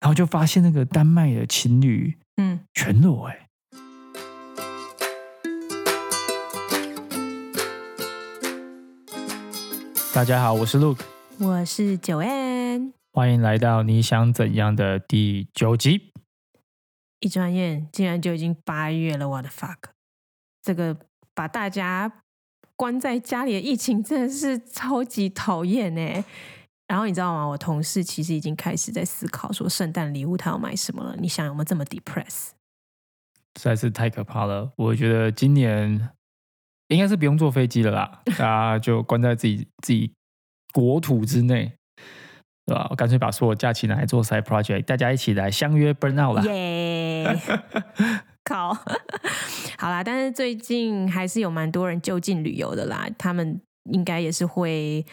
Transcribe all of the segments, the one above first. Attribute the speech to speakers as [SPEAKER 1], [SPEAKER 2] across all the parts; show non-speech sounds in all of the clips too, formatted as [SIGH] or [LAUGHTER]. [SPEAKER 1] 然后就发现那个丹麦的情侣
[SPEAKER 2] 嗯，
[SPEAKER 1] 全裸哎、大家好，我是 Luke，
[SPEAKER 2] 我是九安，
[SPEAKER 1] 欢迎来到你想怎样的第九集。
[SPEAKER 2] 一转眼竟然就已经八月了，我的 fuck！这个把大家关在家里的疫情真的是超级讨厌哎。然后你知道吗？我同事其实已经开始在思考说圣诞礼物他要买什么了。你想有没有这么 depress？
[SPEAKER 1] 实在是太可怕了。我觉得今年应该是不用坐飞机了啦，大家就关在自己 [LAUGHS] 自己国土之内，对吧？我干脆把所有假期拿来做 side project，大家一起来相约 burn out 啦。
[SPEAKER 2] 耶！靠， [LAUGHS] 好啦，但是最近还是有蛮多人就近旅游的啦，他们应该也是会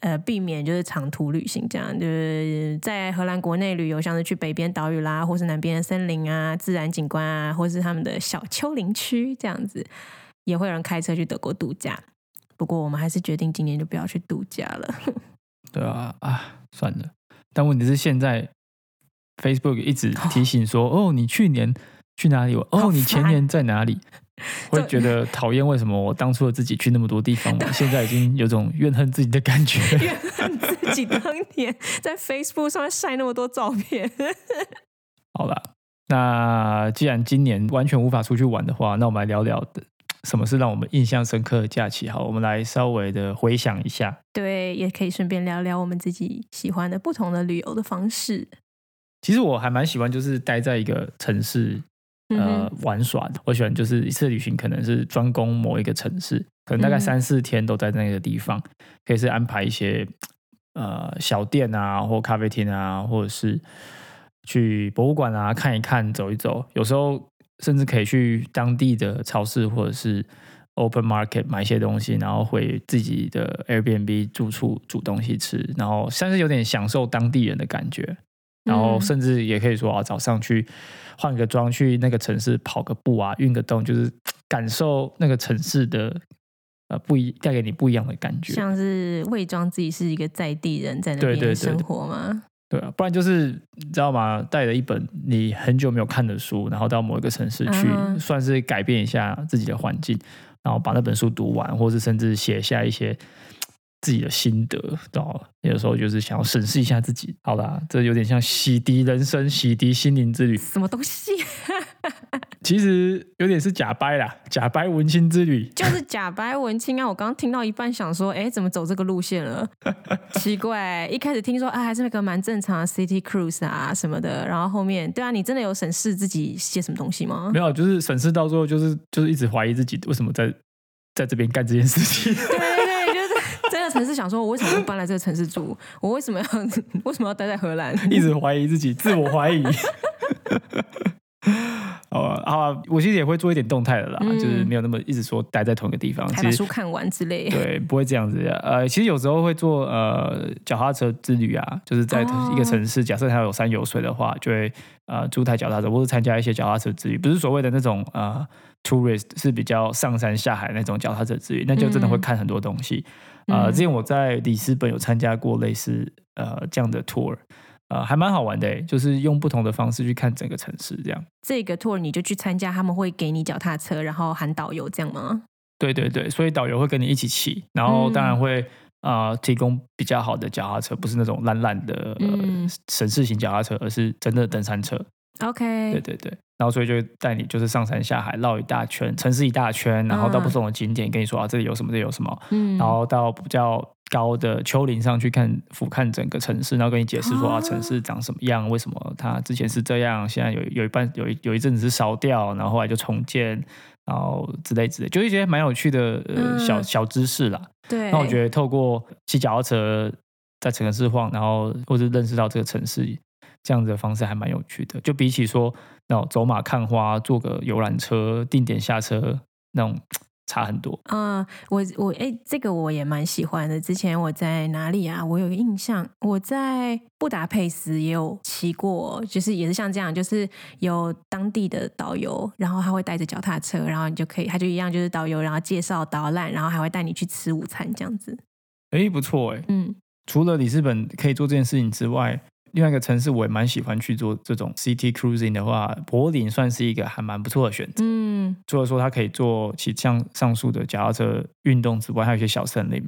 [SPEAKER 2] 呃避免就是长途旅行这样，就是在荷兰国内旅游，像是去北边岛屿啦，或是南边的森林啊、自然景观啊，或是他们的小丘陵区这样子，也会有人开车去德国度假。不过我们还是决定今年就不要去度假了。
[SPEAKER 1] 对啊，啊，算了。但问题是现在 Facebook 一直提醒说，哦，你去年去哪里玩？
[SPEAKER 2] 好
[SPEAKER 1] 哦，
[SPEAKER 2] 烦
[SPEAKER 1] 你前年在哪
[SPEAKER 2] [LAUGHS]
[SPEAKER 1] 里？
[SPEAKER 2] 这
[SPEAKER 1] 会觉得讨厌，为什么我当初的自己去那么多地方嘛？现在已经有种怨恨自己的感觉。 [LAUGHS]
[SPEAKER 2] 怨恨自己当年 [LAUGHS] 在 Facebook 上面晒那么多照片。
[SPEAKER 1] 好啦，那既然今年完全无法出去玩的话，那我们来聊聊的什么是让我们印象深刻的假期。好，我们来稍微的回想一下。
[SPEAKER 2] 对，也可以顺便聊聊我们自己喜欢的不同的旅游的方式。
[SPEAKER 1] 其实我还蛮喜欢，就是待在一个城市呃
[SPEAKER 2] 嗯哼，
[SPEAKER 1] 玩耍的。我喜欢就是一次旅行，可能是专攻某一个城市，可能大概
[SPEAKER 2] 嗯
[SPEAKER 1] 三四天都在那个地方，可以是安排一些呃小店啊，或咖啡厅啊，或者是去博物馆啊看一看、走一走。有时候甚至可以去当地的超市或者是 open market 买一些东西，然后回自己的 Airbnb 住处煮东西吃，然后算是有点享受当地人的感觉。然后
[SPEAKER 2] 嗯
[SPEAKER 1] 甚至也可以说啊，早上去换个妆，去那个城市跑个步啊，运个动，就是感受那个城市的呃不一带给你不一样的感觉。
[SPEAKER 2] 像是伪装自己是一个在地人，在那
[SPEAKER 1] 对对对
[SPEAKER 2] 边生活吗？
[SPEAKER 1] 对啊，不然就是你知道吗？带了一本你很久没有看的书，然后到某一个城市去，
[SPEAKER 2] 嗯哼
[SPEAKER 1] 算是改变一下自己的环境，然后把那本书读完，或是甚至写下一些嘖自己的心得，然后有时候就是想要审视一下自己。好啦，这有点像洗涤人生、洗涤心灵之旅，
[SPEAKER 2] 什么东西？ [LAUGHS]
[SPEAKER 1] 其实有点是假掰啦，假掰文青之旅。
[SPEAKER 2] 就是假白文青啊！我刚刚听到一半，想说，哎，怎么走这个路线了？ [LAUGHS] 奇怪，一开始听说啊，还是那个蛮正常的 city cruise 啊什么的，然后后面，对啊，你真的有审视自己写什么东西吗 [LAUGHS]
[SPEAKER 1] 没？有，就是审视到最后，就是就是一直怀疑自己为什么在 [LAUGHS] 在这边干这件事情。
[SPEAKER 2] 对对对，就是 [LAUGHS] 真的城市想说，我为什么不搬来这个城市住？我为什么要 [LAUGHS] 为什么要待在荷兰？
[SPEAKER 1] 一直怀疑自己，自我
[SPEAKER 2] [LAUGHS]
[SPEAKER 1] 怀疑。好啊，好啊，我其实也会做一点动态的啦，
[SPEAKER 2] 嗯
[SPEAKER 1] 就是没有那么一直说待在同一个地方，
[SPEAKER 2] 还
[SPEAKER 1] 其
[SPEAKER 2] 把
[SPEAKER 1] 实
[SPEAKER 2] 书看完之类。
[SPEAKER 1] 对不会这样子的。呃，其实有时候会做呃脚踏车之旅啊，就是在
[SPEAKER 2] 哦
[SPEAKER 1] 一个城市，假设它有山有水的话，就会呃租台脚踏车，或者参加一些脚踏车之旅，不是所谓的那种呃 tourist，是比较上山下海那种脚踏车之旅，那就真的会
[SPEAKER 2] 嗯
[SPEAKER 1] 看很多东西。呃，
[SPEAKER 2] 嗯
[SPEAKER 1] 之前我在里斯本有参加过类似呃这样的 tour，呃，还蛮好玩的欸，就是用不同的方式去看整个城市这样。
[SPEAKER 2] 这个 tour 你就去参加，他们会给你脚踏车，然后喊导游这样吗？
[SPEAKER 1] 对对对，所以导游会跟你一起骑，然后当
[SPEAKER 2] 嗯
[SPEAKER 1] 然会、呃提供比较好的脚踏车，不是那种烂烂的、呃
[SPEAKER 2] 嗯、
[SPEAKER 1] 城市型脚踏车，而是真的登山车。对
[SPEAKER 2] OK，
[SPEAKER 1] 对对，然后所以就会带你就是上山下海绕一大圈，城市一大圈，然后到
[SPEAKER 2] 嗯
[SPEAKER 1] 不同的景点跟你说啊这里有什么，这里有什么，
[SPEAKER 2] 嗯
[SPEAKER 1] 然后到比较高的丘陵上去看俯瞰整个城市，然后跟你解释说啊，
[SPEAKER 2] 哦
[SPEAKER 1] 城市长什么样，为什么它之前是这样，现在有有一半有一有一阵子是烧掉，然后后来就重建，然后之类之类，就一些蛮有趣的呃
[SPEAKER 2] 嗯
[SPEAKER 1] 小小知识啦。
[SPEAKER 2] 对，
[SPEAKER 1] 那我觉
[SPEAKER 2] 得
[SPEAKER 1] 得透过骑脚踏车在城市晃，然后或者认识到这个城市。这样子的方式还蛮有趣的，就比起说那种走马看花、坐个游览车、定点下车那种差很多。
[SPEAKER 2] 嗯，我我哎，这个我也蛮喜欢的。之前我在哪里啊？我有个印象，我在布达佩斯也有骑过，就是也是像这样，就是有当地的导游，然后他会带着脚踏车，然后你就可以，他就一样就是导游，然后介绍导览，然后还会带你去吃午餐这样子。
[SPEAKER 1] 诶，不错诶。
[SPEAKER 2] 嗯，
[SPEAKER 1] 除了里斯本可以做这件事情之外，另外一个城市我也蛮喜欢去做这种 city cruising 的话，柏林算是一个还蛮不错的选择。
[SPEAKER 2] 嗯
[SPEAKER 1] 除了说它可以做骑像上述的脚踏车运动之外，还有一些小森林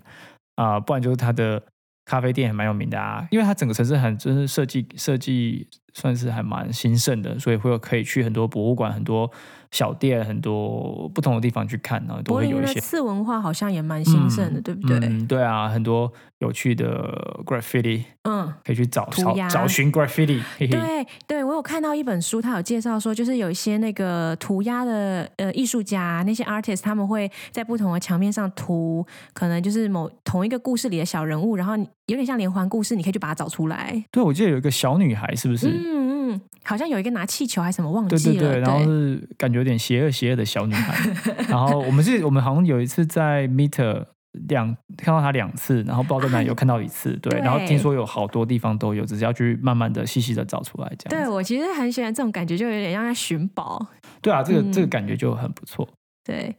[SPEAKER 1] 啊、不然就是它的咖啡店也蛮有名的啊，因为它整个城市很就是设计设计算是还蛮兴盛的，所以会有可以去很多博物馆、很多小店、很多不同的地方去看，然后都
[SPEAKER 2] 柏
[SPEAKER 1] 会有
[SPEAKER 2] 林
[SPEAKER 1] 一
[SPEAKER 2] 的
[SPEAKER 1] 些。
[SPEAKER 2] 次文化好像也蛮兴盛的，对不对？
[SPEAKER 1] 嗯，对啊，很多有趣的 graffiti
[SPEAKER 2] 嗯
[SPEAKER 1] 可以去找
[SPEAKER 2] 涂
[SPEAKER 1] 找
[SPEAKER 2] 鸦
[SPEAKER 1] 找寻 graffiti，嘿嘿，
[SPEAKER 2] 对对，我有看到一本书，它有介绍说，就是有一些那个涂鸦的呃艺术家，那些 artist，他们会在不同的墙面上涂，可能就是某同一个故事里的小人物，然后你有点像连环故事，你可以去把它找出来。
[SPEAKER 1] 对，我记得有一个小女孩，是不是？
[SPEAKER 2] 嗯嗯，好像有一个拿气球还是什么忘
[SPEAKER 1] 对
[SPEAKER 2] 记
[SPEAKER 1] 对对，
[SPEAKER 2] 了，
[SPEAKER 1] 然后是感觉有点邪恶邪恶的小女
[SPEAKER 2] [LAUGHS]
[SPEAKER 1] 孩。然后我们是，我们好像有一次在 Meet 两看到她两次，然后不知道在哪里有看到一
[SPEAKER 2] [LAUGHS]
[SPEAKER 1] 次，对。
[SPEAKER 2] 对
[SPEAKER 1] 然后听说有好多地方都有，只是要去慢慢的、细细的找出来这样
[SPEAKER 2] 对
[SPEAKER 1] 子。
[SPEAKER 2] 我其实很喜欢这种感觉，就有点像在寻宝。
[SPEAKER 1] 对啊，这个、
[SPEAKER 2] 嗯
[SPEAKER 1] 这个感觉就很不错。
[SPEAKER 2] 对，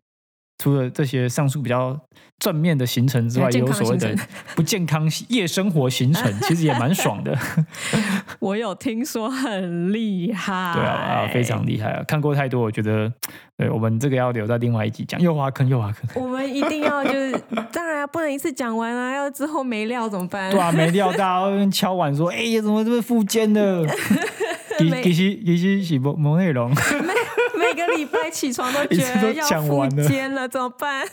[SPEAKER 1] 除了这些上述比较正面的行程之外，也
[SPEAKER 2] 健
[SPEAKER 1] 有
[SPEAKER 2] 康
[SPEAKER 1] 所谓
[SPEAKER 2] 行
[SPEAKER 1] 的
[SPEAKER 2] 程
[SPEAKER 1] 不健康夜生活行
[SPEAKER 2] [LAUGHS]
[SPEAKER 1] 程，其实也蛮爽的。
[SPEAKER 2] [LAUGHS] 我有听说很厉害，
[SPEAKER 1] 对啊，啊，非常厉害啊！看过太多，我觉得，对我们这个要留在另外一集讲。又挖坑，又挖坑。
[SPEAKER 2] 我们一定要 [LAUGHS] 就是，当然不能一次讲完啊，要之后没料怎么办？
[SPEAKER 1] 对啊，没料到 [LAUGHS] 敲碗说：“哎、怎么这么附件的？”
[SPEAKER 2] [LAUGHS]
[SPEAKER 1] 其
[SPEAKER 2] 没
[SPEAKER 1] 其实其实是某某内
[SPEAKER 2] [LAUGHS]
[SPEAKER 1] 容，
[SPEAKER 2] 每个礼拜起
[SPEAKER 1] [LAUGHS]
[SPEAKER 2] 床都觉得要复健了，怎么办？ [LAUGHS]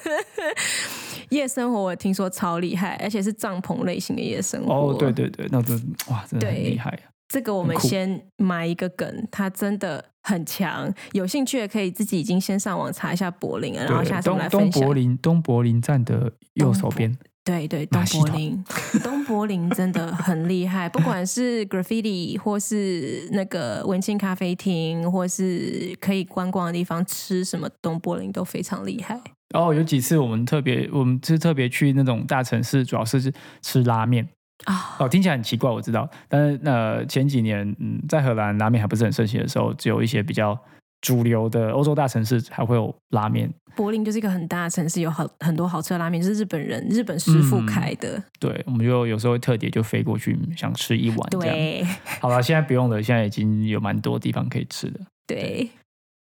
[SPEAKER 2] 夜生活我听说超厉害，而且是帐篷类型的夜生活。
[SPEAKER 1] 哦，对，对对，那真的哇，真的很
[SPEAKER 2] 对
[SPEAKER 1] 厉害啊。
[SPEAKER 2] 这个我们
[SPEAKER 1] 很酷
[SPEAKER 2] 先埋一个梗，它真的很强。有兴趣的可以自己已经先上网查一下柏林了，然后
[SPEAKER 1] 对
[SPEAKER 2] 下次我们
[SPEAKER 1] 东
[SPEAKER 2] 来
[SPEAKER 1] 东
[SPEAKER 2] 分
[SPEAKER 1] 柏
[SPEAKER 2] 享。
[SPEAKER 1] 林东柏林站的右手边，
[SPEAKER 2] 对对，东
[SPEAKER 1] 马戏
[SPEAKER 2] 柏
[SPEAKER 1] 团
[SPEAKER 2] 林， [LAUGHS] 东柏林真的很厉害，不
[SPEAKER 1] [LAUGHS]
[SPEAKER 2] 管是 graffiti 或是那个文青咖啡厅，或是可以观光的地方，吃什么东柏林都非常厉害。
[SPEAKER 1] 然哦后有几次我们特别，我们是特别去那种大城市，主要是吃拉面。
[SPEAKER 2] 啊、
[SPEAKER 1] 哦，听起来很奇怪，我知道。但是呃，前几年嗯，在荷兰拉面还不是很盛行的时候，只有一些比较主流的欧洲大城市还会有拉面。
[SPEAKER 2] 柏林就是一个很大的城市，有好很多好吃的拉面，就是日本人、日本师傅
[SPEAKER 1] 嗯
[SPEAKER 2] 开的。
[SPEAKER 1] 对，我们就有时候会特别就飞过去，想吃一碗这样。
[SPEAKER 2] 对
[SPEAKER 1] 好了，现在不用了，现在已经有蛮多地方可以吃的。
[SPEAKER 2] 对，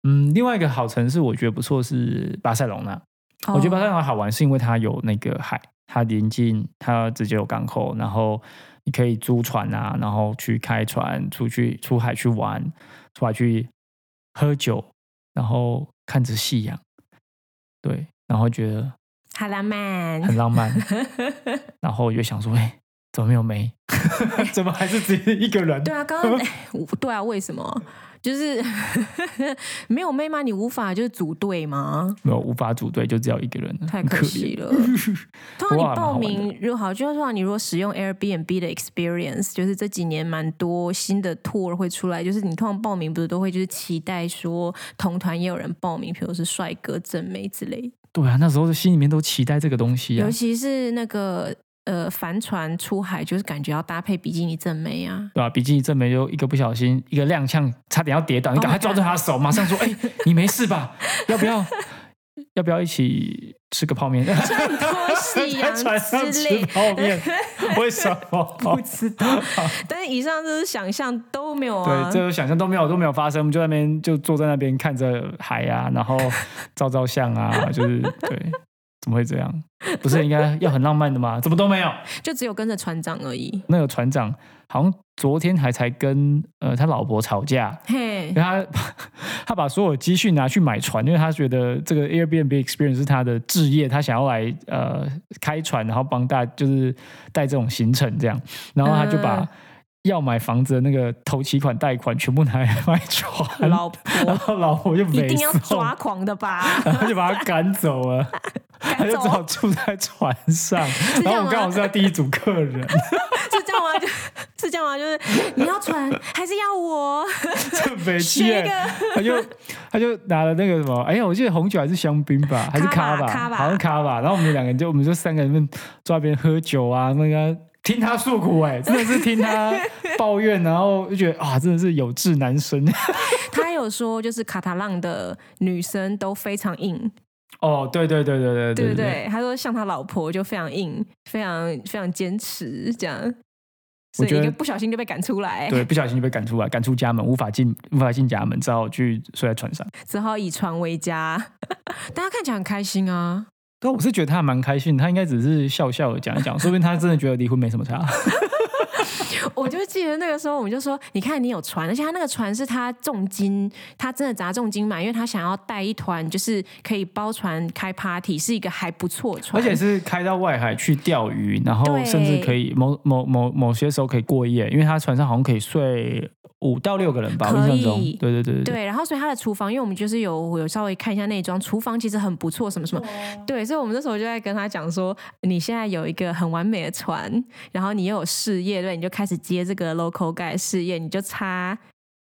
[SPEAKER 1] 嗯，另外一个好城市我觉得不错是巴塞隆纳。我觉得巴塞
[SPEAKER 2] 哦
[SPEAKER 1] 隆纳好玩是因为它有那个海，它临近它直接有港口，然后你可以租船啊，然后去开船出去出海去玩，出海去喝酒，然后看着夕阳，对，然后觉得
[SPEAKER 2] 海拉曼，
[SPEAKER 1] 很浪
[SPEAKER 2] [LAUGHS]
[SPEAKER 1] 漫。然后我就想说，哎、怎么没有梅？怎么还是只有一个人？
[SPEAKER 2] 对啊，刚刚、 [LAUGHS] 哎我对啊，为什么？就是 [LAUGHS] 没有妹吗？你无法就是组队吗？
[SPEAKER 1] 没有无法组队，就只有一个人了，
[SPEAKER 2] 太
[SPEAKER 1] 很
[SPEAKER 2] 可
[SPEAKER 1] 怜
[SPEAKER 2] 惜
[SPEAKER 1] [LAUGHS]
[SPEAKER 2] 了通
[SPEAKER 1] 不过还
[SPEAKER 2] 常你
[SPEAKER 1] 蛮好
[SPEAKER 2] 报
[SPEAKER 1] 玩的
[SPEAKER 2] 名如果好，就是说你如果使用 Airbnb 的 experience，就是这几年蛮多新的 tour 会出来，就是你通常报名不是都会就是期待说同团也有人报名，比如是帅哥、正妹之类的
[SPEAKER 1] 对啊，那时候心里面都期待这个东西啊
[SPEAKER 2] 尤。其是那个呃帆船出海，就是感觉要搭配比基尼正
[SPEAKER 1] [LAUGHS]
[SPEAKER 2] 妹啊。
[SPEAKER 1] 对吧、比基尼正美就一个不小心，一个踉跄，差点要跌倒，你
[SPEAKER 2] Oh my
[SPEAKER 1] 赶快抓住他的手，马上
[SPEAKER 2] [LAUGHS]
[SPEAKER 1] 说：“哎、你没事吧？要不要，要不要一起吃个
[SPEAKER 2] [LAUGHS]
[SPEAKER 1] 泡面？”
[SPEAKER 2] 多西
[SPEAKER 1] 在
[SPEAKER 2] 洋
[SPEAKER 1] 船上
[SPEAKER 2] 之
[SPEAKER 1] 吃
[SPEAKER 2] 类，
[SPEAKER 1] 泡面，为什么？
[SPEAKER 2] [LAUGHS] 不知道。但是以上就是想象都没有啊。
[SPEAKER 1] [LAUGHS] 对，这个想象都没有都没有发生，我们就在那边就坐在那边看着海啊，然后照照相啊，就是对，怎么会这样？不是应该要很浪漫的吗？怎么都没有？
[SPEAKER 2] 就只有跟着船长而已。
[SPEAKER 1] 那个船长好像昨天还才跟呃他老婆吵架，
[SPEAKER 2] 嘿
[SPEAKER 1] [LAUGHS] 因为，他他把所有积蓄拿去买船，因为他觉得这个 Airbnb experience 是他的置业，他想要来呃开船，然后帮大就是带这种行程这样，然后他就把。
[SPEAKER 2] 嗯
[SPEAKER 1] 要买房子的那个头期款、贷款全部拿来买船，
[SPEAKER 2] 老
[SPEAKER 1] [LAUGHS] 然
[SPEAKER 2] 婆
[SPEAKER 1] 后老婆就
[SPEAKER 2] 一
[SPEAKER 1] 没
[SPEAKER 2] 定要
[SPEAKER 1] 送，
[SPEAKER 2] 抓狂的吧？
[SPEAKER 1] [LAUGHS] 然后就把他赶走了，他
[SPEAKER 2] 赶
[SPEAKER 1] 就
[SPEAKER 2] 走
[SPEAKER 1] 只好住在船上。
[SPEAKER 2] 这样
[SPEAKER 1] 然后我们
[SPEAKER 2] 吗
[SPEAKER 1] 刚好是他第一组客人， [LAUGHS]
[SPEAKER 2] 是这样吗？ [LAUGHS] 就是这样吗？就是你要船还是要我？
[SPEAKER 1] 特
[SPEAKER 2] [LAUGHS]
[SPEAKER 1] 别
[SPEAKER 2] 选一
[SPEAKER 1] 贱
[SPEAKER 2] 个。
[SPEAKER 1] [LAUGHS] 他就他就拿了那个什么，哎呀，我记得红酒还是香槟 [LAUGHS] 吧，还是卡
[SPEAKER 2] 卡吧卡吧
[SPEAKER 1] 好像卡吧。然后我们两个人就我们就三个人们坐在那边喝酒啊，那个听他诉苦、 [LAUGHS] 哎，真的是听他抱怨，然后就觉得啊，真的是有志男 [LAUGHS] 生
[SPEAKER 2] 他有说，就是卡塔浪的女生都非常硬，
[SPEAKER 1] 哦，对对对对对
[SPEAKER 2] 对
[SPEAKER 1] 对
[SPEAKER 2] 不对？他说像他老婆就非常硬，非常非常坚持这样。
[SPEAKER 1] 我
[SPEAKER 2] 所以
[SPEAKER 1] 觉
[SPEAKER 2] 应该
[SPEAKER 1] 得
[SPEAKER 2] 不小心就被赶出来，
[SPEAKER 1] 对，不小心就被赶出来，赶出家门，无法进，无法进家门，只好去睡在船上。
[SPEAKER 2] 只好以船为家。 [LAUGHS] 但他看起来很开心啊，
[SPEAKER 1] 但我是觉得他还蛮开心，他应该只是笑笑的讲一讲，说不定他真的觉得离婚没什么差。
[SPEAKER 2] 我就记得那个时候，我们就说，你看你有船，而且他那个船是他重金，他真的砸重金买，因为他想要带一团，就是可以包船开 party，是一个还不错的船，
[SPEAKER 1] 而且是开到外海去钓鱼，然后
[SPEAKER 2] 对
[SPEAKER 1] 甚至可以某某某某些时候可以过夜，因为他船上好像可以睡五到六个人吧，我
[SPEAKER 2] 可
[SPEAKER 1] 印
[SPEAKER 2] 以
[SPEAKER 1] 象中。对对对对对。
[SPEAKER 2] 对，然后所以他的厨房，因为我们就是有有稍微看一下内装，厨房其实很不错，什么什么，
[SPEAKER 1] 哦
[SPEAKER 2] 对，所以我们那时候就在跟他讲说，你现在有一个很完美的船，然后你又有事业，对，你就开始接这个 local guy 事业，你就差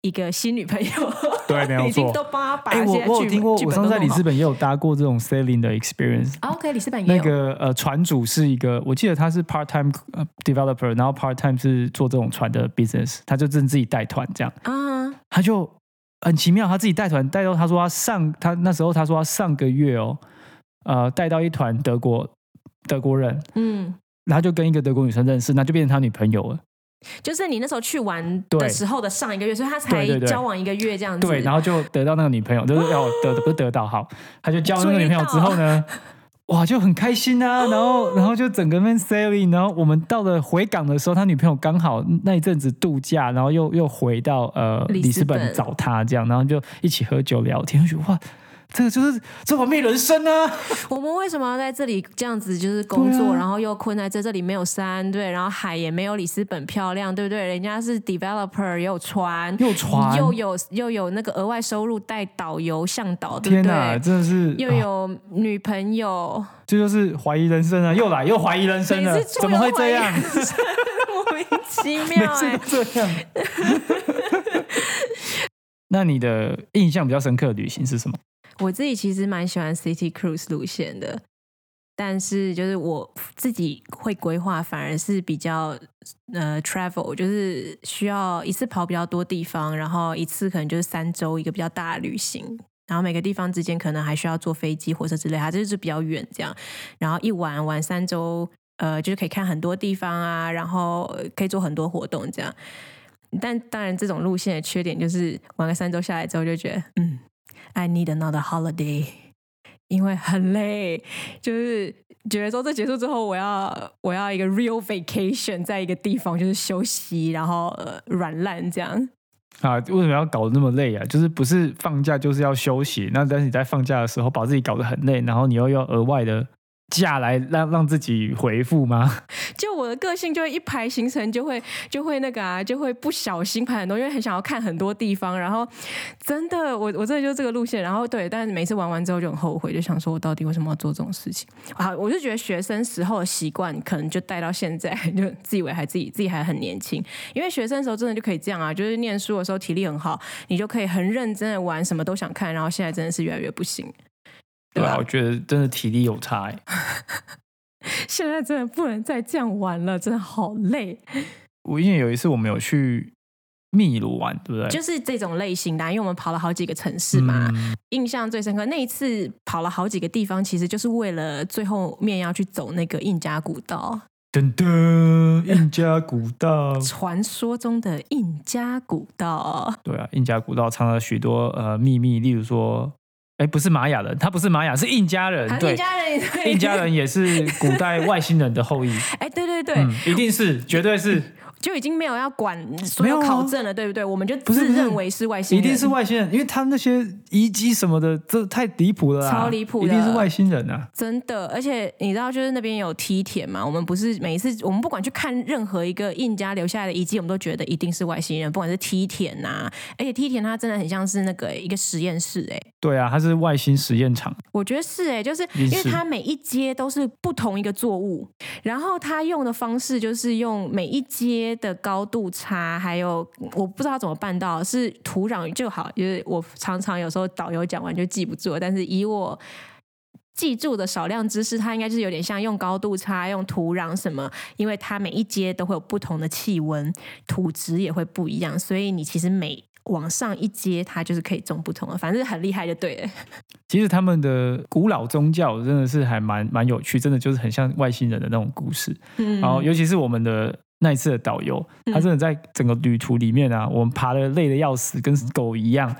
[SPEAKER 2] 一个新女朋友， [LAUGHS]
[SPEAKER 1] 对没有
[SPEAKER 2] 已经
[SPEAKER 1] 错
[SPEAKER 2] 都帮他把
[SPEAKER 1] 哎、
[SPEAKER 2] 现
[SPEAKER 1] 我
[SPEAKER 2] 在
[SPEAKER 1] 我
[SPEAKER 2] 剧
[SPEAKER 1] 有听过，
[SPEAKER 2] 剧
[SPEAKER 1] 我
[SPEAKER 2] 本
[SPEAKER 1] 上
[SPEAKER 2] 都
[SPEAKER 1] 次在
[SPEAKER 2] 弄
[SPEAKER 1] 里
[SPEAKER 2] 好
[SPEAKER 1] 斯本也有搭过这种 sailing 的 experience。
[SPEAKER 2] 啊，OK，里斯本也
[SPEAKER 1] 那
[SPEAKER 2] 有，
[SPEAKER 1] 个呃，船主是一个，我记得他是 part time 呃 developer，然后 part time 是做这种船的 business，他就正自己带团这样，
[SPEAKER 2] 啊，
[SPEAKER 1] 他就很奇妙，他自己带团带到他说他上他那时候他说他上个月哦，呃，带到一团德国德国人，
[SPEAKER 2] 嗯，
[SPEAKER 1] 然后就跟一个德国女生认识，那就变成他女朋友了。
[SPEAKER 2] 就是你那时候去玩的
[SPEAKER 1] 对
[SPEAKER 2] 时候的上一个月，所以他才
[SPEAKER 1] 对对对
[SPEAKER 2] 交往一个月这样子，
[SPEAKER 1] 对，然后就得到那个女朋友，就是要得不是得到好，他就交了那个女朋友之后呢，哇，就很开心啊。然后，然后就整个 man sailing，然后我们到了回港的时候，他女朋友刚好那一阵子度假，然后又又回到呃
[SPEAKER 2] 里
[SPEAKER 1] 里
[SPEAKER 2] 斯
[SPEAKER 1] 斯本
[SPEAKER 2] 本
[SPEAKER 1] 找他，这样，然后就一起喝酒聊天，我觉得哇。这个就是这完美人生啊！
[SPEAKER 2] 我们为什么要在这里这样子就是工作，
[SPEAKER 1] 对啊
[SPEAKER 2] 然后又困在这？这里没有山，对，然后海也没有里斯本漂亮，对不对？人家是 developer，也有船，
[SPEAKER 1] 又船
[SPEAKER 2] 又有又有那个额外收入，带导游、向导，对
[SPEAKER 1] 天
[SPEAKER 2] 不
[SPEAKER 1] 哪，
[SPEAKER 2] 对？
[SPEAKER 1] 真的是
[SPEAKER 2] 又
[SPEAKER 1] 啊
[SPEAKER 2] 有女朋友，
[SPEAKER 1] 这就是怀疑人生啊！又来又怀疑人生了
[SPEAKER 2] 每，次
[SPEAKER 1] 怎么会这样？
[SPEAKER 2] 出游都怀疑 [LAUGHS] 人生莫名其
[SPEAKER 1] [LAUGHS] 每
[SPEAKER 2] 妙哎、
[SPEAKER 1] 次都这样。 [LAUGHS] 那你的印象比较深刻的旅行是什么？
[SPEAKER 2] 我自己其实蛮喜欢 City Cruise 路线的，但是就是我自己会规划，反而是比较呃 travel，就是需要一次跑比较多地方，然后一次可能就是三周一个比较大的旅行。然后每个地方之间可能还需要坐飞机、火车之类，它就是比较远这样。然后一玩玩三周，呃，就是可以看很多地方啊，然后呃可以做很多活动这样。但当然，这种路线的缺点就是玩个三周下来之后就觉得，嗯，I need another holiday，因为很累，就是觉得说这结束之后，我要我要一个 real vacation，在一个地方就是休息，然后呃软烂这样。
[SPEAKER 1] 啊，为什么要搞得那么累啊？就是不是放假就是要休息？那但是你在放假的时候把自己搞得很累，然后你又要额外的假来让让自己回复
[SPEAKER 2] [LAUGHS]
[SPEAKER 1] 吗？
[SPEAKER 2] 就我的个性就会一排行程就会就会那个啊，就会不小心排很多，因为很想要看很多地方。然后真的，我我真的就这个路线。然后对，但是每次玩完之后就很后悔，就想说我到底为什么要做这种事情？好，我就觉得学生时候的习惯可能就带到现在，就自以为还自己自己还很年轻。因为学生的时候真的就可以这样啊，就是念书的时候体力很好，你就可以很认真的玩，什么都想看。然后现在真的是越来越不行。对吧
[SPEAKER 1] 啊我觉得真的体力有差、欸。
[SPEAKER 2] 现在真的不能再这样玩了，真的好累。
[SPEAKER 1] 我因为有一次我们有去秘鲁玩，对不对？
[SPEAKER 2] 就是这种类型的啊、因为我们跑了好几个城市嘛，
[SPEAKER 1] 嗯
[SPEAKER 2] 印象最深刻那一次跑了好几个地方，其实就是为了最后面要去走那个印加古道，
[SPEAKER 1] 噔噔，印加古 [LAUGHS] 道。
[SPEAKER 2] 传说中的印加古道。
[SPEAKER 1] 对啊，印加古道藏了许多呃秘密，例如说，哎，不是玛雅人，他不是玛雅，是印加人，
[SPEAKER 2] 啊
[SPEAKER 1] 对
[SPEAKER 2] 印，加人，对
[SPEAKER 1] 印加，人也是古代外星人的后
[SPEAKER 2] [LAUGHS]
[SPEAKER 1] 裔，
[SPEAKER 2] 哎，对对对，
[SPEAKER 1] 嗯，一定是，绝对是，
[SPEAKER 2] 就已经没有要管所
[SPEAKER 1] 没有
[SPEAKER 2] 有
[SPEAKER 1] 啊
[SPEAKER 2] 考证了，对不对？我们就
[SPEAKER 1] 不是
[SPEAKER 2] 自
[SPEAKER 1] 不是
[SPEAKER 2] 认为是外星
[SPEAKER 1] 一
[SPEAKER 2] 人，
[SPEAKER 1] 定是外星人，因为他们那些遗迹什么的，这太离谱了啦，啊
[SPEAKER 2] 超离谱的
[SPEAKER 1] 一定是外星人啊！
[SPEAKER 2] 真的，而且你知道，就是那边有梯田嘛，我们不是每一次，我们不管去看任何一个印加留下来的遗迹，我们都觉得一定是外星人，不管是梯田呐、而且梯田它真的很像是那个一个实验室、欸，哎，
[SPEAKER 1] 对啊，他是外星实验场，
[SPEAKER 2] 我觉得是哎、就是
[SPEAKER 1] 也
[SPEAKER 2] 因
[SPEAKER 1] 是
[SPEAKER 2] 为它每一阶都是不同一个作物，然后它用的方式就是用每一阶的高度差，还有我不知道怎么办到，是土壤就好，就是我常常有时候导游讲完就记不住了，但是以我记住的少量知识，它应该就是有点像用高度差、用土壤什么，因为它每一阶都会有不同的气温，土质也会不一样，所以你其实每往上一阶，它就是可以种不同的，反正很厉害就对
[SPEAKER 1] [LAUGHS]
[SPEAKER 2] 了。
[SPEAKER 1] 其实他们的古老宗教真的是还蛮蛮有趣，真的就是很像外星人的那种故事。
[SPEAKER 2] 嗯
[SPEAKER 1] 然后，尤其是我们的那一次的导游，
[SPEAKER 2] 嗯
[SPEAKER 1] 他真的在整个旅途里面啊，我们爬的累的要死，跟狗一样。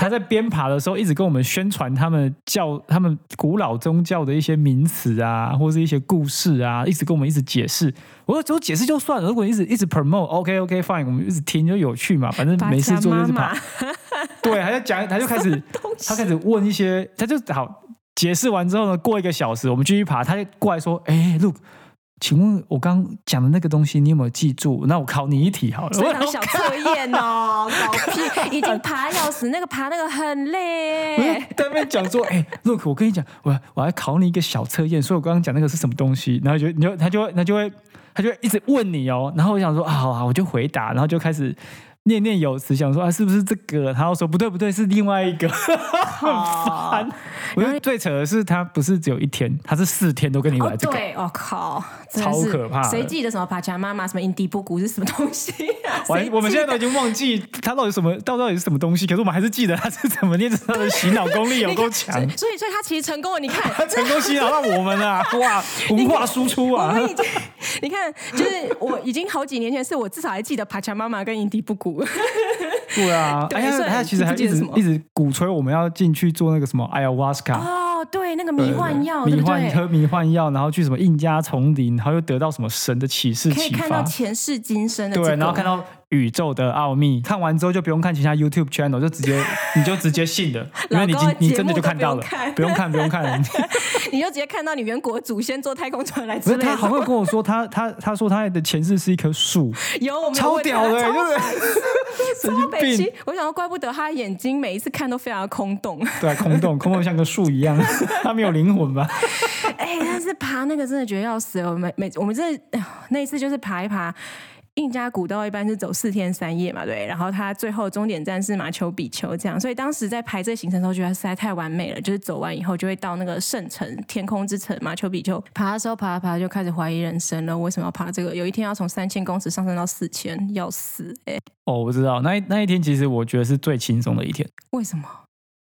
[SPEAKER 1] 他在边爬的时候，一直跟我们宣传他们教他们古老宗教的一些名词啊，或是一些故事啊，一直跟我们一直解释。我说，我解释就算了，如果你一直一直 promote，OK OK fine，我们一直听就有趣嘛，反正没事做就是爬
[SPEAKER 2] 妈。妈
[SPEAKER 1] 对，他就讲，他就开始
[SPEAKER 2] 东西
[SPEAKER 1] 他开始问一些，他就好解释完之后呢，过一个小时我们继续爬，他就过来说：“哎、l o o k 请问我刚讲的那个东西你有没有记住？那我考你一题好了。”
[SPEAKER 2] 这
[SPEAKER 1] 我
[SPEAKER 2] 场小测验哦，搞
[SPEAKER 1] [LAUGHS]
[SPEAKER 2] 屁！已经爬要死，那个爬那个很
[SPEAKER 1] 我就
[SPEAKER 2] 累。
[SPEAKER 1] 在那边讲说：“哎、l o o k 我跟你讲，我我还考你一个小测验，所以我刚刚讲那个是什么东西？”然后就你就他就会他就会他就会一直问你哦，然后我想说：“啊，好啊，我就回答。”然后就开始。念念有词，想说啊，是不是这个？然后说不对，不对，是另外一个。
[SPEAKER 2] 好
[SPEAKER 1] [LAUGHS] 我觉得最扯的是，他不是只有一天，他是四天都跟你
[SPEAKER 2] 哦，
[SPEAKER 1] 玩这个。
[SPEAKER 2] 对，哦靠，真的
[SPEAKER 1] 超
[SPEAKER 2] 是
[SPEAKER 1] 可怕的
[SPEAKER 2] 谁记得什么爬墙妈妈什么印第布谷是什么东
[SPEAKER 1] [LAUGHS]
[SPEAKER 2] 西啊？谁
[SPEAKER 1] 完，
[SPEAKER 2] 记得
[SPEAKER 1] 我们现在都已经忘记它到底什么，到底是什么东西，可是我们还是记得它是怎么念，就是它的洗脑功
[SPEAKER 2] [LAUGHS]
[SPEAKER 1] 力有够强，
[SPEAKER 2] 所以所以他其实成功了。
[SPEAKER 1] [LAUGHS]
[SPEAKER 2] 你看，
[SPEAKER 1] 它成功洗脑到我们
[SPEAKER 2] [LAUGHS]
[SPEAKER 1] 啊！哇，文化输出
[SPEAKER 2] 我
[SPEAKER 1] 啊！
[SPEAKER 2] 们已经，你看，就是我已经好几年前，是我至少还记得爬墙妈妈跟印第
[SPEAKER 1] [LAUGHS]
[SPEAKER 2] 布谷。
[SPEAKER 1] 对啊，
[SPEAKER 2] 对
[SPEAKER 1] 哎呀，
[SPEAKER 2] 所以
[SPEAKER 1] 他其实还
[SPEAKER 2] 你不记
[SPEAKER 1] 一
[SPEAKER 2] 得
[SPEAKER 1] 直
[SPEAKER 2] 什么
[SPEAKER 1] 一直鼓吹我们要进去做那个什么 ayahuasca。
[SPEAKER 2] 哦，对，那个
[SPEAKER 1] 啊对
[SPEAKER 2] 迷幻药，
[SPEAKER 1] 迷
[SPEAKER 2] 对不
[SPEAKER 1] 幻
[SPEAKER 2] 对？
[SPEAKER 1] 喝迷幻药，然后去什么印加丛林，然后又得到什么神的启示
[SPEAKER 2] 可以
[SPEAKER 1] 启
[SPEAKER 2] 看到
[SPEAKER 1] 发，
[SPEAKER 2] 前世今生的这个，
[SPEAKER 1] 对，然后看到宇宙的奥秘，看完之后就不用看其他 YouTube channel，就直
[SPEAKER 2] [LAUGHS]
[SPEAKER 1] 接你就直接信了，因为你已
[SPEAKER 2] 老
[SPEAKER 1] 经
[SPEAKER 2] 高
[SPEAKER 1] 你真的
[SPEAKER 2] 节
[SPEAKER 1] 就
[SPEAKER 2] 目都
[SPEAKER 1] 看到
[SPEAKER 2] 不
[SPEAKER 1] 了
[SPEAKER 2] 用看，
[SPEAKER 1] 不用看不用看，
[SPEAKER 2] [LAUGHS] [LAUGHS] 你就直接看到你远古的祖先坐太空船来
[SPEAKER 1] 不
[SPEAKER 2] 之
[SPEAKER 1] 是
[SPEAKER 2] 类
[SPEAKER 1] 他
[SPEAKER 2] 的。
[SPEAKER 1] 好像跟我说他他他说他的前世是一棵树，
[SPEAKER 2] 有我们有
[SPEAKER 1] 超
[SPEAKER 2] 问他
[SPEAKER 1] 屌的、欸，对
[SPEAKER 2] 超 [LAUGHS]
[SPEAKER 1] 不对？神
[SPEAKER 2] 超
[SPEAKER 1] 经
[SPEAKER 2] 北
[SPEAKER 1] 病
[SPEAKER 2] 七，，我想说，怪不得他眼睛每一次看都非常的空洞。
[SPEAKER 1] 对，空洞空洞像个树一样，他没有灵魂吧？
[SPEAKER 2] [LAUGHS] 哎、但是爬那个真的觉得要死了。我们每我们真的哎呦那一次就是爬一爬，印加古道一般是走四天三夜嘛，对。然后它最后终点站是马丘比丘这样，所以当时在排这个行程的时候，觉得实在太完美了。就是走完以后就会到那个圣城天空之城马丘比丘，爬的时候爬啊爬就开始怀疑人生了，为什么要爬这个？有一天要从三千公尺上升到四千，要死哎、
[SPEAKER 1] 哦，我知道，那一那一天其实我觉得是最轻松的一天，
[SPEAKER 2] 为什么？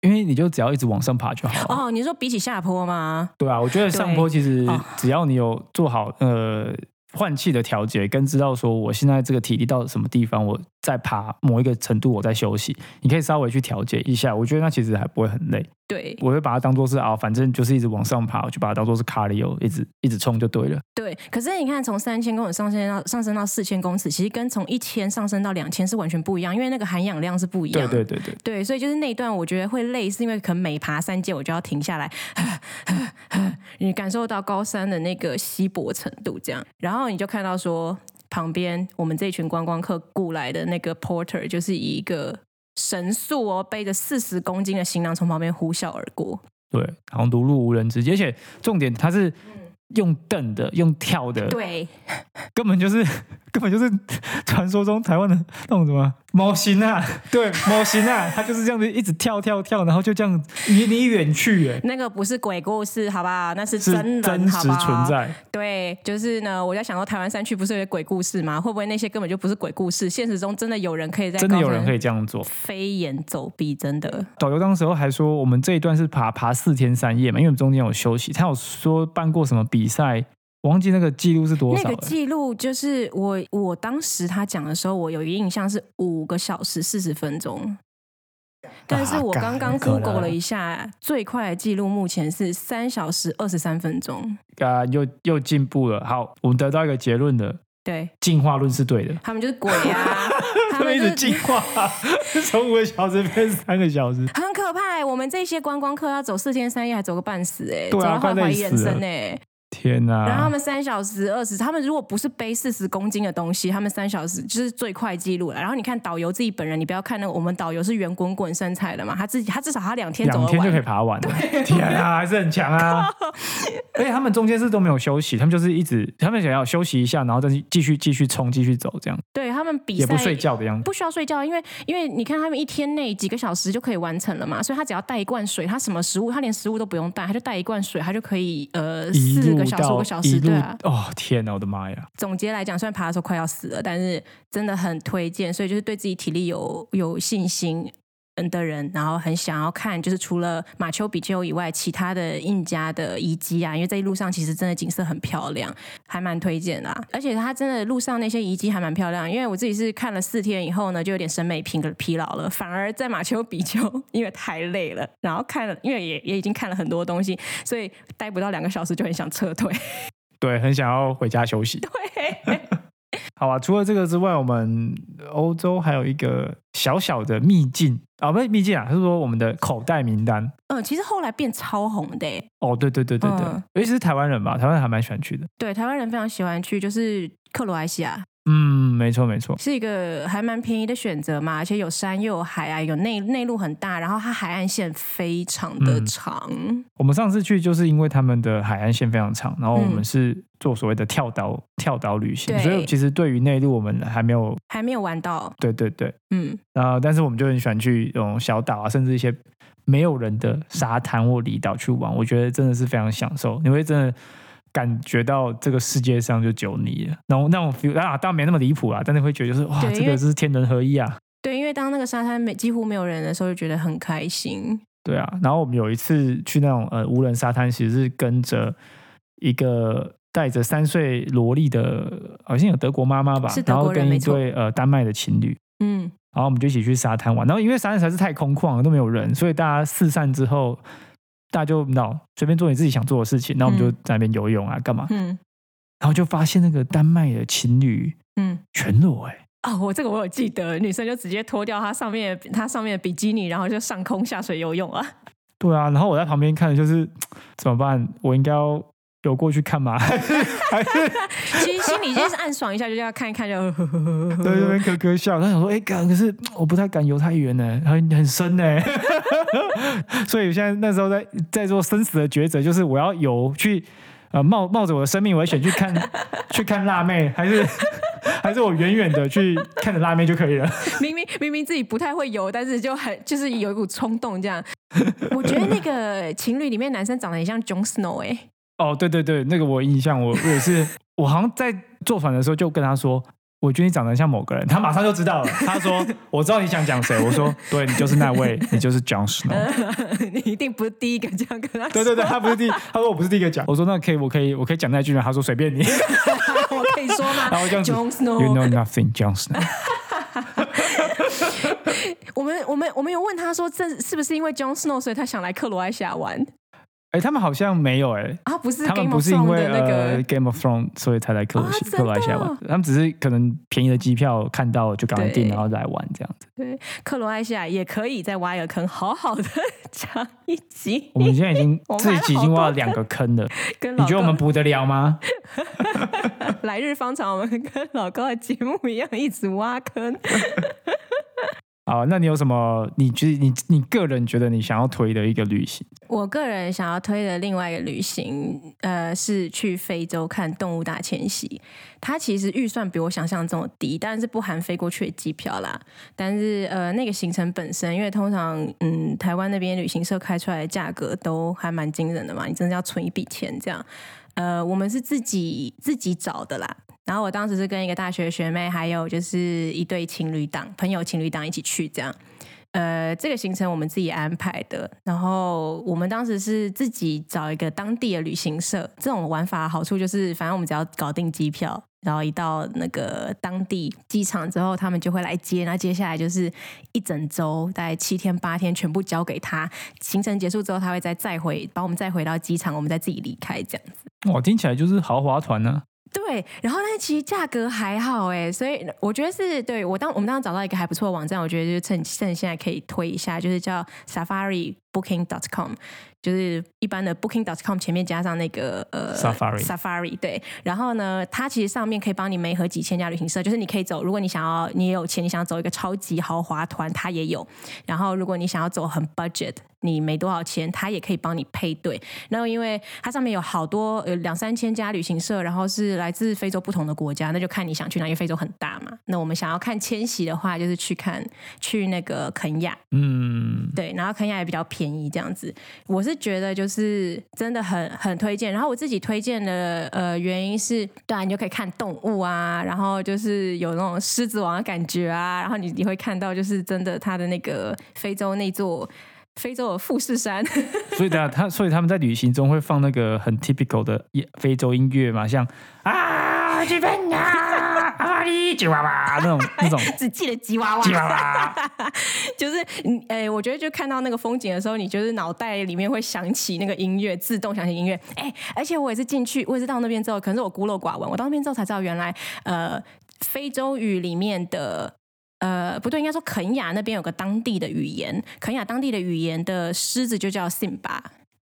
[SPEAKER 1] 因为你就只要一直往上爬就好了。
[SPEAKER 2] 哦，你说比起下坡吗？
[SPEAKER 1] 对啊，我觉得上坡其实
[SPEAKER 2] 哦
[SPEAKER 1] 只要你有做好呃换气的调节，跟知道说我现在这个体力到什么地方，我在爬某一个程度，我在休息，你可以稍微去调节一下，我觉得那其实还不会很累。
[SPEAKER 2] 对，
[SPEAKER 1] 我会把它当做是啊，反正就是一直往上爬，我就把它当做是 cardio，一直一直冲就对了。
[SPEAKER 2] 对，可是你看，从三千公尺上升到上升到四千公尺，其实跟从一千上升到两千是完全不一样，因为那个含氧量是不一样
[SPEAKER 1] 对
[SPEAKER 2] 的。
[SPEAKER 1] 对对对，
[SPEAKER 2] 对所以就是那一段我觉得会累，是因为可能每爬三阶我就要停下来，你感受到高山的那个稀薄程度，这样，然后你就看到说旁边我们这群观光客雇来的那个 porter 就是以一个神速哦，背着四十公斤的行囊从旁边呼啸而过，
[SPEAKER 1] 对，然后如入无人之际，而且重点它是用蹬的，用跳的，
[SPEAKER 2] 嗯对，
[SPEAKER 1] 根本就是 [LAUGHS] 根本就是传说中台湾的那种什么猫形啊， [LAUGHS] 对，猫形啊，它就是这样子一直跳跳跳，然后就这样离你远去，哎，
[SPEAKER 2] 那个不是鬼故事，好不好？那是
[SPEAKER 1] 是
[SPEAKER 2] 真人，
[SPEAKER 1] 真实
[SPEAKER 2] 好不好
[SPEAKER 1] 存在，
[SPEAKER 2] 对，就是呢，我在想说，台湾山区不是有些鬼故事吗？会不会那些根本就不是鬼故事？现实中真的有人可以在
[SPEAKER 1] 真的有人可
[SPEAKER 2] 以
[SPEAKER 1] 以这样做。
[SPEAKER 2] 飞檐走壁，真的。
[SPEAKER 1] 导游当时候还说，我们这一段是爬爬四天三夜嘛，因为我们中间有休息。他有说办过什么比赛，我忘记那个记录是多
[SPEAKER 2] 那
[SPEAKER 1] 少
[SPEAKER 2] 个
[SPEAKER 1] 了。
[SPEAKER 2] 记录就是我，我当时他讲的时候，我有一个印象是五个小时四十分钟，但是我
[SPEAKER 1] 啊
[SPEAKER 2] 刚刚
[SPEAKER 1] 干有可能
[SPEAKER 2] Google 了一下，最快的记录目前是三小时二十三分钟。
[SPEAKER 1] 啊、又又进步了。好，我们得到一个结论了，
[SPEAKER 2] 对
[SPEAKER 1] 进化论是对的。
[SPEAKER 2] 他们就是鬼
[SPEAKER 1] [LAUGHS]
[SPEAKER 2] 啊，他
[SPEAKER 1] 他们
[SPEAKER 2] 们
[SPEAKER 1] 一
[SPEAKER 2] 就
[SPEAKER 1] 直
[SPEAKER 2] 是
[SPEAKER 1] 进化，从五个小时变三个小时。
[SPEAKER 2] 很可怕、欸。我们这些观光客要走四天三夜，还走个半死哎、欸，
[SPEAKER 1] 对
[SPEAKER 2] 走
[SPEAKER 1] 啊
[SPEAKER 2] 到
[SPEAKER 1] 快
[SPEAKER 2] 快怀
[SPEAKER 1] 累
[SPEAKER 2] 疑人
[SPEAKER 1] 死了啊
[SPEAKER 2] 生哎、
[SPEAKER 1] 天哪、
[SPEAKER 2] 然后他们三小时二十，他们如果不是背四十公斤的东西，他们三小时就是最快记录了。然后你看导游自己本人，你不要看那个，我们导游是圆滚滚身材的嘛，他自己他至少他两天走
[SPEAKER 1] 两
[SPEAKER 2] 得
[SPEAKER 1] 天就可以
[SPEAKER 2] 完。
[SPEAKER 1] 爬完了，天啊，还是很强啊！而且他们中间是都没有休息，他们就是一直，他们想要休息一下，然后再去继续继续冲，继续走，这样
[SPEAKER 2] 对他们比
[SPEAKER 1] 也不
[SPEAKER 2] 赛
[SPEAKER 1] 睡觉的样子。
[SPEAKER 2] 不需要睡觉，因为因为你看他们一天内几个小时就可以完成了嘛，所以他只要带一罐水，他什么食物他连食物都不用带，他就带一罐水，他就可以呃
[SPEAKER 1] 一
[SPEAKER 2] 四
[SPEAKER 1] 路
[SPEAKER 2] 个
[SPEAKER 1] 到
[SPEAKER 2] 小时五个小
[SPEAKER 1] 一
[SPEAKER 2] 时，
[SPEAKER 1] 路
[SPEAKER 2] 对啊。
[SPEAKER 1] 哦，天哪，我的妈呀！
[SPEAKER 2] 总结来讲，虽然爬的时候快要死了，但是真的很推荐，所以就是对自己体力有有信心。嗯的人，然后很想要看，就是除了马丘比丘以外，其他的印加的遗迹啊，因为在路上其实真的景色很漂亮，还蛮推荐的、啊。而且它真的路上那些遗迹还蛮漂亮，因为我自己是看了四天以后呢，就有点审美疲疲劳了，反而在马丘比丘因为太累了，然后看了，因为也也已经看了很多东西，所以待不到两个小时就很想撤退。 [LAUGHS]
[SPEAKER 1] 对，很想要回家休息。
[SPEAKER 2] 对，
[SPEAKER 1] 好啊，除了这个之外，我们欧洲还有一个小小的秘境啊，不是秘境啊，是说我们的口袋名单。
[SPEAKER 2] 呃，其实后来变超红的欸、
[SPEAKER 1] 哦，对对对对对，
[SPEAKER 2] 嗯
[SPEAKER 1] 尤其是台湾人吧，台湾人还蛮喜欢去的。
[SPEAKER 2] 对，台湾人非常喜欢去，就是克罗埃西亚，
[SPEAKER 1] 嗯，没错没错，
[SPEAKER 2] 是一个还蛮便宜的选择嘛，而且有山又有海啊，有内内陆很大，然后它海岸线非常的
[SPEAKER 1] 嗯
[SPEAKER 2] 长，
[SPEAKER 1] 我们上次去就是因为他们的海岸线非常长，然后我们
[SPEAKER 2] 嗯
[SPEAKER 1] 是做所谓的跳岛跳岛旅行，
[SPEAKER 2] 对
[SPEAKER 1] 所以其实对于内陆我们还没有，
[SPEAKER 2] 还没有玩到，
[SPEAKER 1] 对对对，
[SPEAKER 2] 嗯，
[SPEAKER 1] 啊，但是我们就很喜欢去这种小岛啊，甚至一些没有人的沙滩或离岛去玩，我觉得真的是非常享受，你会真的感觉到这个世界上就只有你了，然后那种 feel 啊，当然没那么离谱啦，但是会觉得就是哇，
[SPEAKER 2] 对
[SPEAKER 1] 这
[SPEAKER 2] 因
[SPEAKER 1] 个
[SPEAKER 2] 为
[SPEAKER 1] 是天人合一啊，
[SPEAKER 2] 对，因为当那个沙滩没几乎没有人的时候，就觉得很开心，
[SPEAKER 1] 对啊。然后我们有一次去那种呃无人沙滩，其实是跟着一个。带着三岁萝莉的，好像有德国妈妈吧
[SPEAKER 2] 是，德
[SPEAKER 1] 然后
[SPEAKER 2] 国人
[SPEAKER 1] 跟一
[SPEAKER 2] 没错
[SPEAKER 1] 对呃丹麦的情侣，
[SPEAKER 2] 嗯，
[SPEAKER 1] 然后我们就一起去沙滩玩。然后因为沙滩实在是太空旷了，都没有人，所以大家四散之后，大家就闹随便做你自己想做的事情。然后我们就
[SPEAKER 2] 嗯
[SPEAKER 1] 在那边游泳啊，干嘛？
[SPEAKER 2] 嗯
[SPEAKER 1] 然后就发现那个丹麦的情侣
[SPEAKER 2] 嗯。
[SPEAKER 1] 全裸哎、
[SPEAKER 2] 哦，我这个我有记得，女生就直接脱掉她上面的她上面的比基尼，然后就上空下水游泳啊。 [LAUGHS]
[SPEAKER 1] 对啊。然后我在旁边看，就是怎么办？我应该要游过去看吗？ [LAUGHS] 还是还是
[SPEAKER 2] 其实心里就是暗爽一下，就要看一看就 [LAUGHS] 呵呵呵呵呵。
[SPEAKER 1] 对那边咯咯笑？他想说，哎、干，可是我不太敢游太远呢、很很深呢、 [LAUGHS] 所以现在那时候在在做生死的抉择，就是我要游去，呃，冒冒着我的生命危险去看 [LAUGHS] 去看辣妹，还是 [LAUGHS] 还是我远远的去看着辣妹就可以了。 [LAUGHS]
[SPEAKER 2] 明明明明自己不太会游，但是就很就是有一股冲动
[SPEAKER 1] [LAUGHS]
[SPEAKER 2] 这样。我觉得那个情侣里面男生长得很像 Jon Snow 哎、
[SPEAKER 1] 哦，对对对，那个我有印象，我我也是， [LAUGHS] 我好像在坐船的时候就跟他说。我觉得你长得像某个人，他马上就知道了。他说：“ [LAUGHS] 我知道你想讲谁。”我说：“对你就是那位，你就是 Jon Snow。”
[SPEAKER 2] [LAUGHS] 你一定不是第一个这样跟他
[SPEAKER 1] 对
[SPEAKER 2] 说。
[SPEAKER 1] 对对，他不是第，他说我不是第一个讲。我说那可以，我可以，我可以讲那句吗？他说随
[SPEAKER 2] [LAUGHS]
[SPEAKER 1] 便你。
[SPEAKER 2] 我可以说
[SPEAKER 1] [LAUGHS]
[SPEAKER 2] 吗
[SPEAKER 1] 然后这样子
[SPEAKER 2] ？Jon
[SPEAKER 1] You
[SPEAKER 2] Snow，
[SPEAKER 1] know nothing,
[SPEAKER 2] [LAUGHS]
[SPEAKER 1] Johnson。
[SPEAKER 2] 我们我们我们有问他说，这是不是因为 Jon Snow 所以他想来克罗埃西亚玩
[SPEAKER 1] 哎，他们好像没有哎、
[SPEAKER 2] 啊？不是
[SPEAKER 1] 他们
[SPEAKER 2] Game
[SPEAKER 1] 不
[SPEAKER 2] of
[SPEAKER 1] 是因
[SPEAKER 2] Thrones
[SPEAKER 1] 为
[SPEAKER 2] 的那个、
[SPEAKER 1] 呃 Game of Thrones 所以才来克罗
[SPEAKER 2] 啊
[SPEAKER 1] 西
[SPEAKER 2] 真的
[SPEAKER 1] 克罗埃西亚玩，他们只是可能便宜的机票看到就赶快订，
[SPEAKER 2] 对
[SPEAKER 1] 然后来玩这样子。
[SPEAKER 2] 对克罗埃西亚也可以再挖一个坑，好好的 [LAUGHS] 讲一集
[SPEAKER 1] 我。们现在已经
[SPEAKER 2] [LAUGHS] 我们
[SPEAKER 1] 这一
[SPEAKER 2] 还有
[SPEAKER 1] 集已经挖了两个坑了，
[SPEAKER 2] 跟
[SPEAKER 1] 你
[SPEAKER 2] 老
[SPEAKER 1] 觉得我们补得了吗？ [LAUGHS]
[SPEAKER 2] 高来日方长，我们跟老高的节目一样，一直挖坑。
[SPEAKER 1] 好，那你有什么？你觉得你你个人觉得你想要推的一个旅行？
[SPEAKER 2] 我个人想要推的另外一个旅行，呃，是去非洲看动物大迁徙。它其实预算比我想象中的低，当然是不含飞过去的机票啦。但是呃，那个行程本身，因为通常嗯，台湾那边旅行社开出来的价格都还蛮惊人的嘛，你真的要存一笔钱这样。呃，我们是自己自己找的啦。然后我当时是跟一个大学学妹，还有就是一对情侣档朋友情侣档一起去这样。呃，这个行程我们自己安排的，然后我们当时是自己找一个当地的旅行社。这种玩法的好处就是，反正我们只要搞定机票，然后一到那个当地机场之后，他们就会来接。那接下来就是一整周，大概七天八天，全部交给他。行程结束之后，他会再再回把我们再回到机场，我们再自己离开这样。
[SPEAKER 1] 哇，听起来就是豪华团啊呢、
[SPEAKER 2] 对，然后但是其实价格还好哎，所以我觉得是对我当我们当时找到一个还不错的网站，我觉得就是趁趁现在可以推一下，就是叫 Safari Booking dot com，就是一般的 Booking dot com 前面加上那个呃
[SPEAKER 1] Safari
[SPEAKER 2] Safari 对，然后呢，它其实上面可以帮你媒合几千家旅行社，就是你可以走，如果你想要你也有钱，你想要走一个超级豪华团，它也有，然后如果你想要走很 budget，你没多少钱，它也可以帮你配对。然后因为它上面有好多呃两三千家旅行社，然后是来自非洲不同的国家，那就看你想去哪，因为非洲很大嘛。那我们想要看迁徙的话，就是去看去那个肯亚，
[SPEAKER 1] 嗯，
[SPEAKER 2] 对，然后肯亚也比较便便宜这样子。我是觉得就是真的很很推荐。然后我自己推荐的呃原因是，对啊，你就可以看动物啊，然后就是有那种狮子王的感觉啊，然后你你会看到就是真的它的那个非洲那座。非洲的富士山， [LAUGHS]
[SPEAKER 1] [LAUGHS] 所以等下他，所以他们在旅行中会放那个很 typical 的音非洲音乐嘛，像啊，吉本啊， [LAUGHS] 阿里吉娃娃
[SPEAKER 2] [LAUGHS]
[SPEAKER 1] 那种那种
[SPEAKER 2] 只记得吉娃娃，
[SPEAKER 1] 吉娃娃，
[SPEAKER 2] 就是你，哎、我觉得就看到那个风景的时候，你就是脑袋里面会响起那个音乐，自动响起音乐。哎、而且我也是进去，我也是到那边之后，可能是我孤陋寡闻，我到那边之后才知道，原来呃，非洲语里面的。呃，不对，应该说肯雅那边有个当地的语言，肯雅当地的语言的狮子就叫辛巴，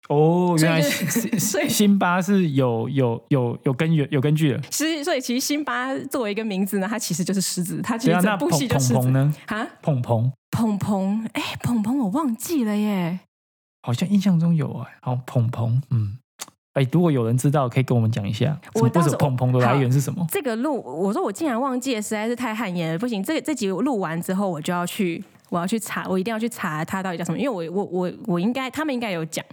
[SPEAKER 1] 哦，原来
[SPEAKER 2] 所 [LAUGHS]
[SPEAKER 1] [LAUGHS]
[SPEAKER 2] 以
[SPEAKER 1] 辛
[SPEAKER 2] 所以
[SPEAKER 1] 辛辛巴是有有有有根源有根据的，
[SPEAKER 2] 狮，所以其实辛巴作为一个名字呢，它其实就是狮子，它其
[SPEAKER 1] 对
[SPEAKER 2] 实
[SPEAKER 1] 啊，那
[SPEAKER 2] 整部
[SPEAKER 1] 鹏
[SPEAKER 2] 戏就
[SPEAKER 1] 鹏
[SPEAKER 2] 是狮
[SPEAKER 1] 鹏
[SPEAKER 2] 子
[SPEAKER 1] 呢？
[SPEAKER 2] 啊，
[SPEAKER 1] 鹏鹏
[SPEAKER 2] 鹏鹏，哎，鹏鹏，我忘记了耶，
[SPEAKER 1] 好像印象中有哎、好像鹏鹏，嗯，哎，如果有人知道，可以跟我们讲一下，
[SPEAKER 2] 我
[SPEAKER 1] 什么
[SPEAKER 2] 到
[SPEAKER 1] 为
[SPEAKER 2] 时哦
[SPEAKER 1] 什
[SPEAKER 2] 候
[SPEAKER 1] 么鹏鹏的来源是什么？
[SPEAKER 2] 这个录，我说我竟然忘记了，实在是太汗颜了，不行。这个这集录完之后，我就要去，我要去查，我一定要去查它到底叫什么，因为我我我我应该他们应该有讲，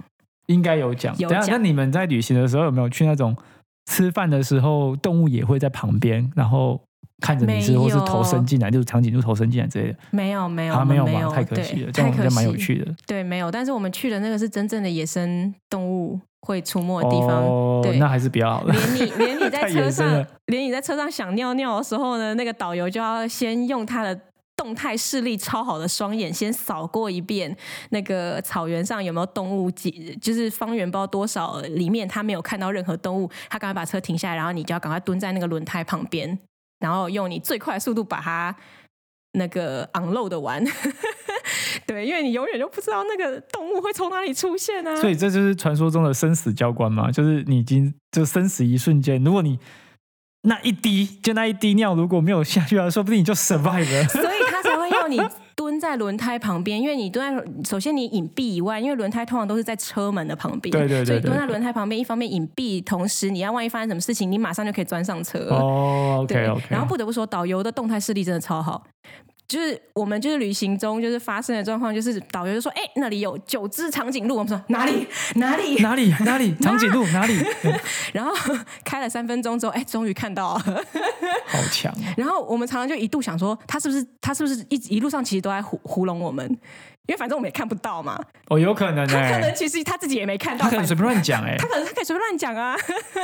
[SPEAKER 1] 应该有讲。
[SPEAKER 2] 有
[SPEAKER 1] 等一下，
[SPEAKER 2] 讲
[SPEAKER 1] 那你们在旅行的时候有没有去那种吃饭的时候，动物也会在旁边，然后看着你吃，
[SPEAKER 2] 没有
[SPEAKER 1] 或是头伸进来，就是长颈鹿头伸进来之类的？
[SPEAKER 2] 没有没有、
[SPEAKER 1] 啊，
[SPEAKER 2] 没
[SPEAKER 1] 没有
[SPEAKER 2] 有
[SPEAKER 1] 吗？太可惜了，
[SPEAKER 2] 对
[SPEAKER 1] 这样我觉
[SPEAKER 2] 太可
[SPEAKER 1] 得
[SPEAKER 2] 惜，
[SPEAKER 1] 蛮有趣的。
[SPEAKER 2] 对，没有。但是我们去的那个是真正的野生动物会出没的地方。
[SPEAKER 1] 哦
[SPEAKER 2] 对，
[SPEAKER 1] 那还是比较
[SPEAKER 2] [LAUGHS]
[SPEAKER 1] 好的。
[SPEAKER 2] 连你连你在
[SPEAKER 1] [LAUGHS] 太
[SPEAKER 2] 车
[SPEAKER 1] 野生
[SPEAKER 2] 上
[SPEAKER 1] 了，
[SPEAKER 2] 连你在车上想尿尿的时候呢，那个导游就要先用他的动态视力超好的双眼，先扫过一遍那个草原上有没有动物，几就是方圆不知道多少里面他没有看到任何动物，他赶快把车停下来，然后你就要赶快蹲在那个轮胎旁边，然后用你最快的速度把它那个 unload 的完。 [LAUGHS] 对，因为你永远就不知道那个动物会从哪里出现啊。
[SPEAKER 1] 所以这就是传说中的生死交关嘛，就是你已经就生死一瞬间，如果你那一滴就那一滴尿如果没有下去啊，说不定你就 survive 了。
[SPEAKER 2] 所以他才会要你蹲在轮胎旁边，因为你蹲在首先你隐蔽以外，因为轮胎通常都是在车门的旁边，
[SPEAKER 1] 对对对
[SPEAKER 2] 所以
[SPEAKER 1] 对
[SPEAKER 2] 蹲在轮胎旁边，一方面隐蔽，同时你要万一发生什么事情，你马上就可以钻上车。
[SPEAKER 1] 哦，OK
[SPEAKER 2] [LAUGHS] 对
[SPEAKER 1] OK，
[SPEAKER 2] 然后不得不说，导游的动态视力真的超好。就是我们就是旅行中就是发生的状况，就是导游就说：“哎、那里有九只长颈鹿。”我们说哪里哪里？ [LAUGHS]
[SPEAKER 1] 哪里哪里长颈鹿哪里，嗯
[SPEAKER 2] 然后开了三分钟之后，哎、终于看到了。
[SPEAKER 1] 好强哦！
[SPEAKER 2] 然后我们常常就一度想说，他是不是他是不是一直一路上其实都在糊糊弄我们？因为反正我们也看不到嘛，
[SPEAKER 1] 哦，有可能
[SPEAKER 2] 他
[SPEAKER 1] 哎、
[SPEAKER 2] 可能其实他自己也没看到，
[SPEAKER 1] 他可能 [LAUGHS]
[SPEAKER 2] 反
[SPEAKER 1] 随便乱讲哎、
[SPEAKER 2] 他可能他可以随便乱讲啊，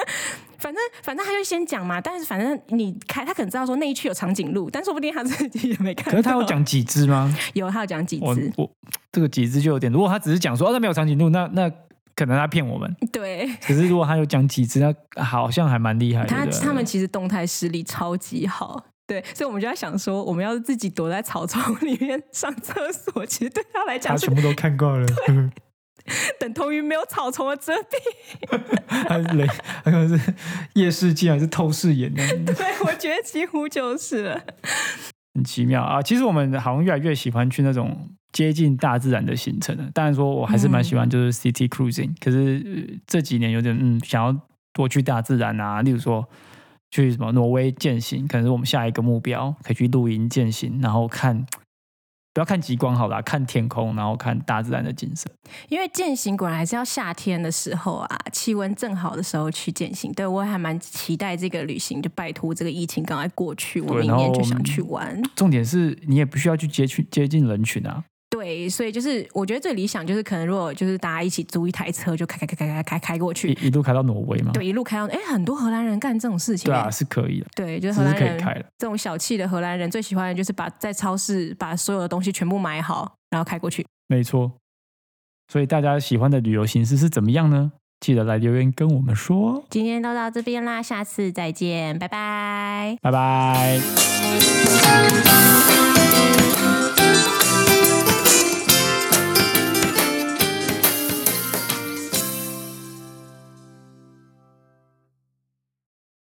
[SPEAKER 2] [LAUGHS] 反正反正他就先讲嘛，但是反正你开他可能知道说那一区有长颈鹿，但说不定他自己也没看到。
[SPEAKER 1] 可是他有，讲几只
[SPEAKER 2] [LAUGHS]
[SPEAKER 1] 吗？
[SPEAKER 2] 有他有讲几
[SPEAKER 1] 我
[SPEAKER 2] 次，
[SPEAKER 1] 我这个几只就有点，如果他只是讲说哦那没有长颈鹿，那那可能他骗我们。
[SPEAKER 2] 对
[SPEAKER 1] 可是如果他有讲几只，那好像还蛮厉害的。
[SPEAKER 2] 他
[SPEAKER 1] 哎对不对
[SPEAKER 2] 他们其实动态视力超级好。对，所以我们就在想说，我们要是自己躲在草丛里面上厕所，其实对他来
[SPEAKER 1] 他
[SPEAKER 2] 讲是
[SPEAKER 1] 全部都看过了。
[SPEAKER 2] 等同于没有草丛的遮蔽。
[SPEAKER 1] [LAUGHS]
[SPEAKER 2] [LAUGHS]
[SPEAKER 1] 他是雷，他可能是夜视镜还是透视眼呢？
[SPEAKER 2] 对，我觉得几乎就是了。
[SPEAKER 1] 很奇妙啊！其实我们好像越来越喜欢去那种接近大自然的行程了。当然说我还是蛮喜
[SPEAKER 2] 嗯
[SPEAKER 1] 欢就是 city cruising，、可是、呃这几年有点嗯，想要多去大自然啊，例如说。去什么挪威践行，可能是我们下一个目标，可以去露营践行，然后看，不要看极光好啦，看天空，然后看大自然的景色。
[SPEAKER 2] 因为践行果然还是要夏天的时候啊，气温正好的时候去践行。对我还蛮期待这个旅行，就拜托这个疫情赶快过去，我
[SPEAKER 1] 对
[SPEAKER 2] 明
[SPEAKER 1] 然
[SPEAKER 2] 年
[SPEAKER 1] 后
[SPEAKER 2] 就想去玩。
[SPEAKER 1] 重点是你也不需要去接去接近人群啊，
[SPEAKER 2] 对，所以就是我觉得最理想就是可能如果就是大家一起租一台车，就开开开开开开开过去，
[SPEAKER 1] 一嗯一路开到挪威嘛。
[SPEAKER 2] 对，一路开到哎，很多荷兰人干这种事情、
[SPEAKER 1] 对
[SPEAKER 2] 欸。
[SPEAKER 1] 啊，是可以的，
[SPEAKER 2] 对，就是
[SPEAKER 1] 只
[SPEAKER 2] 荷
[SPEAKER 1] 是
[SPEAKER 2] 兰
[SPEAKER 1] 可以
[SPEAKER 2] 人
[SPEAKER 1] 开了。
[SPEAKER 2] 这种小气的荷兰人最喜欢的就是把在超市把所有的东西全部买好，然后开过去。
[SPEAKER 1] 没错。所以大家喜欢的旅游形式是怎么样呢？记得来留言跟我们说哦，
[SPEAKER 2] 今天都到这边啦，下次再见，拜拜。
[SPEAKER 1] 拜拜。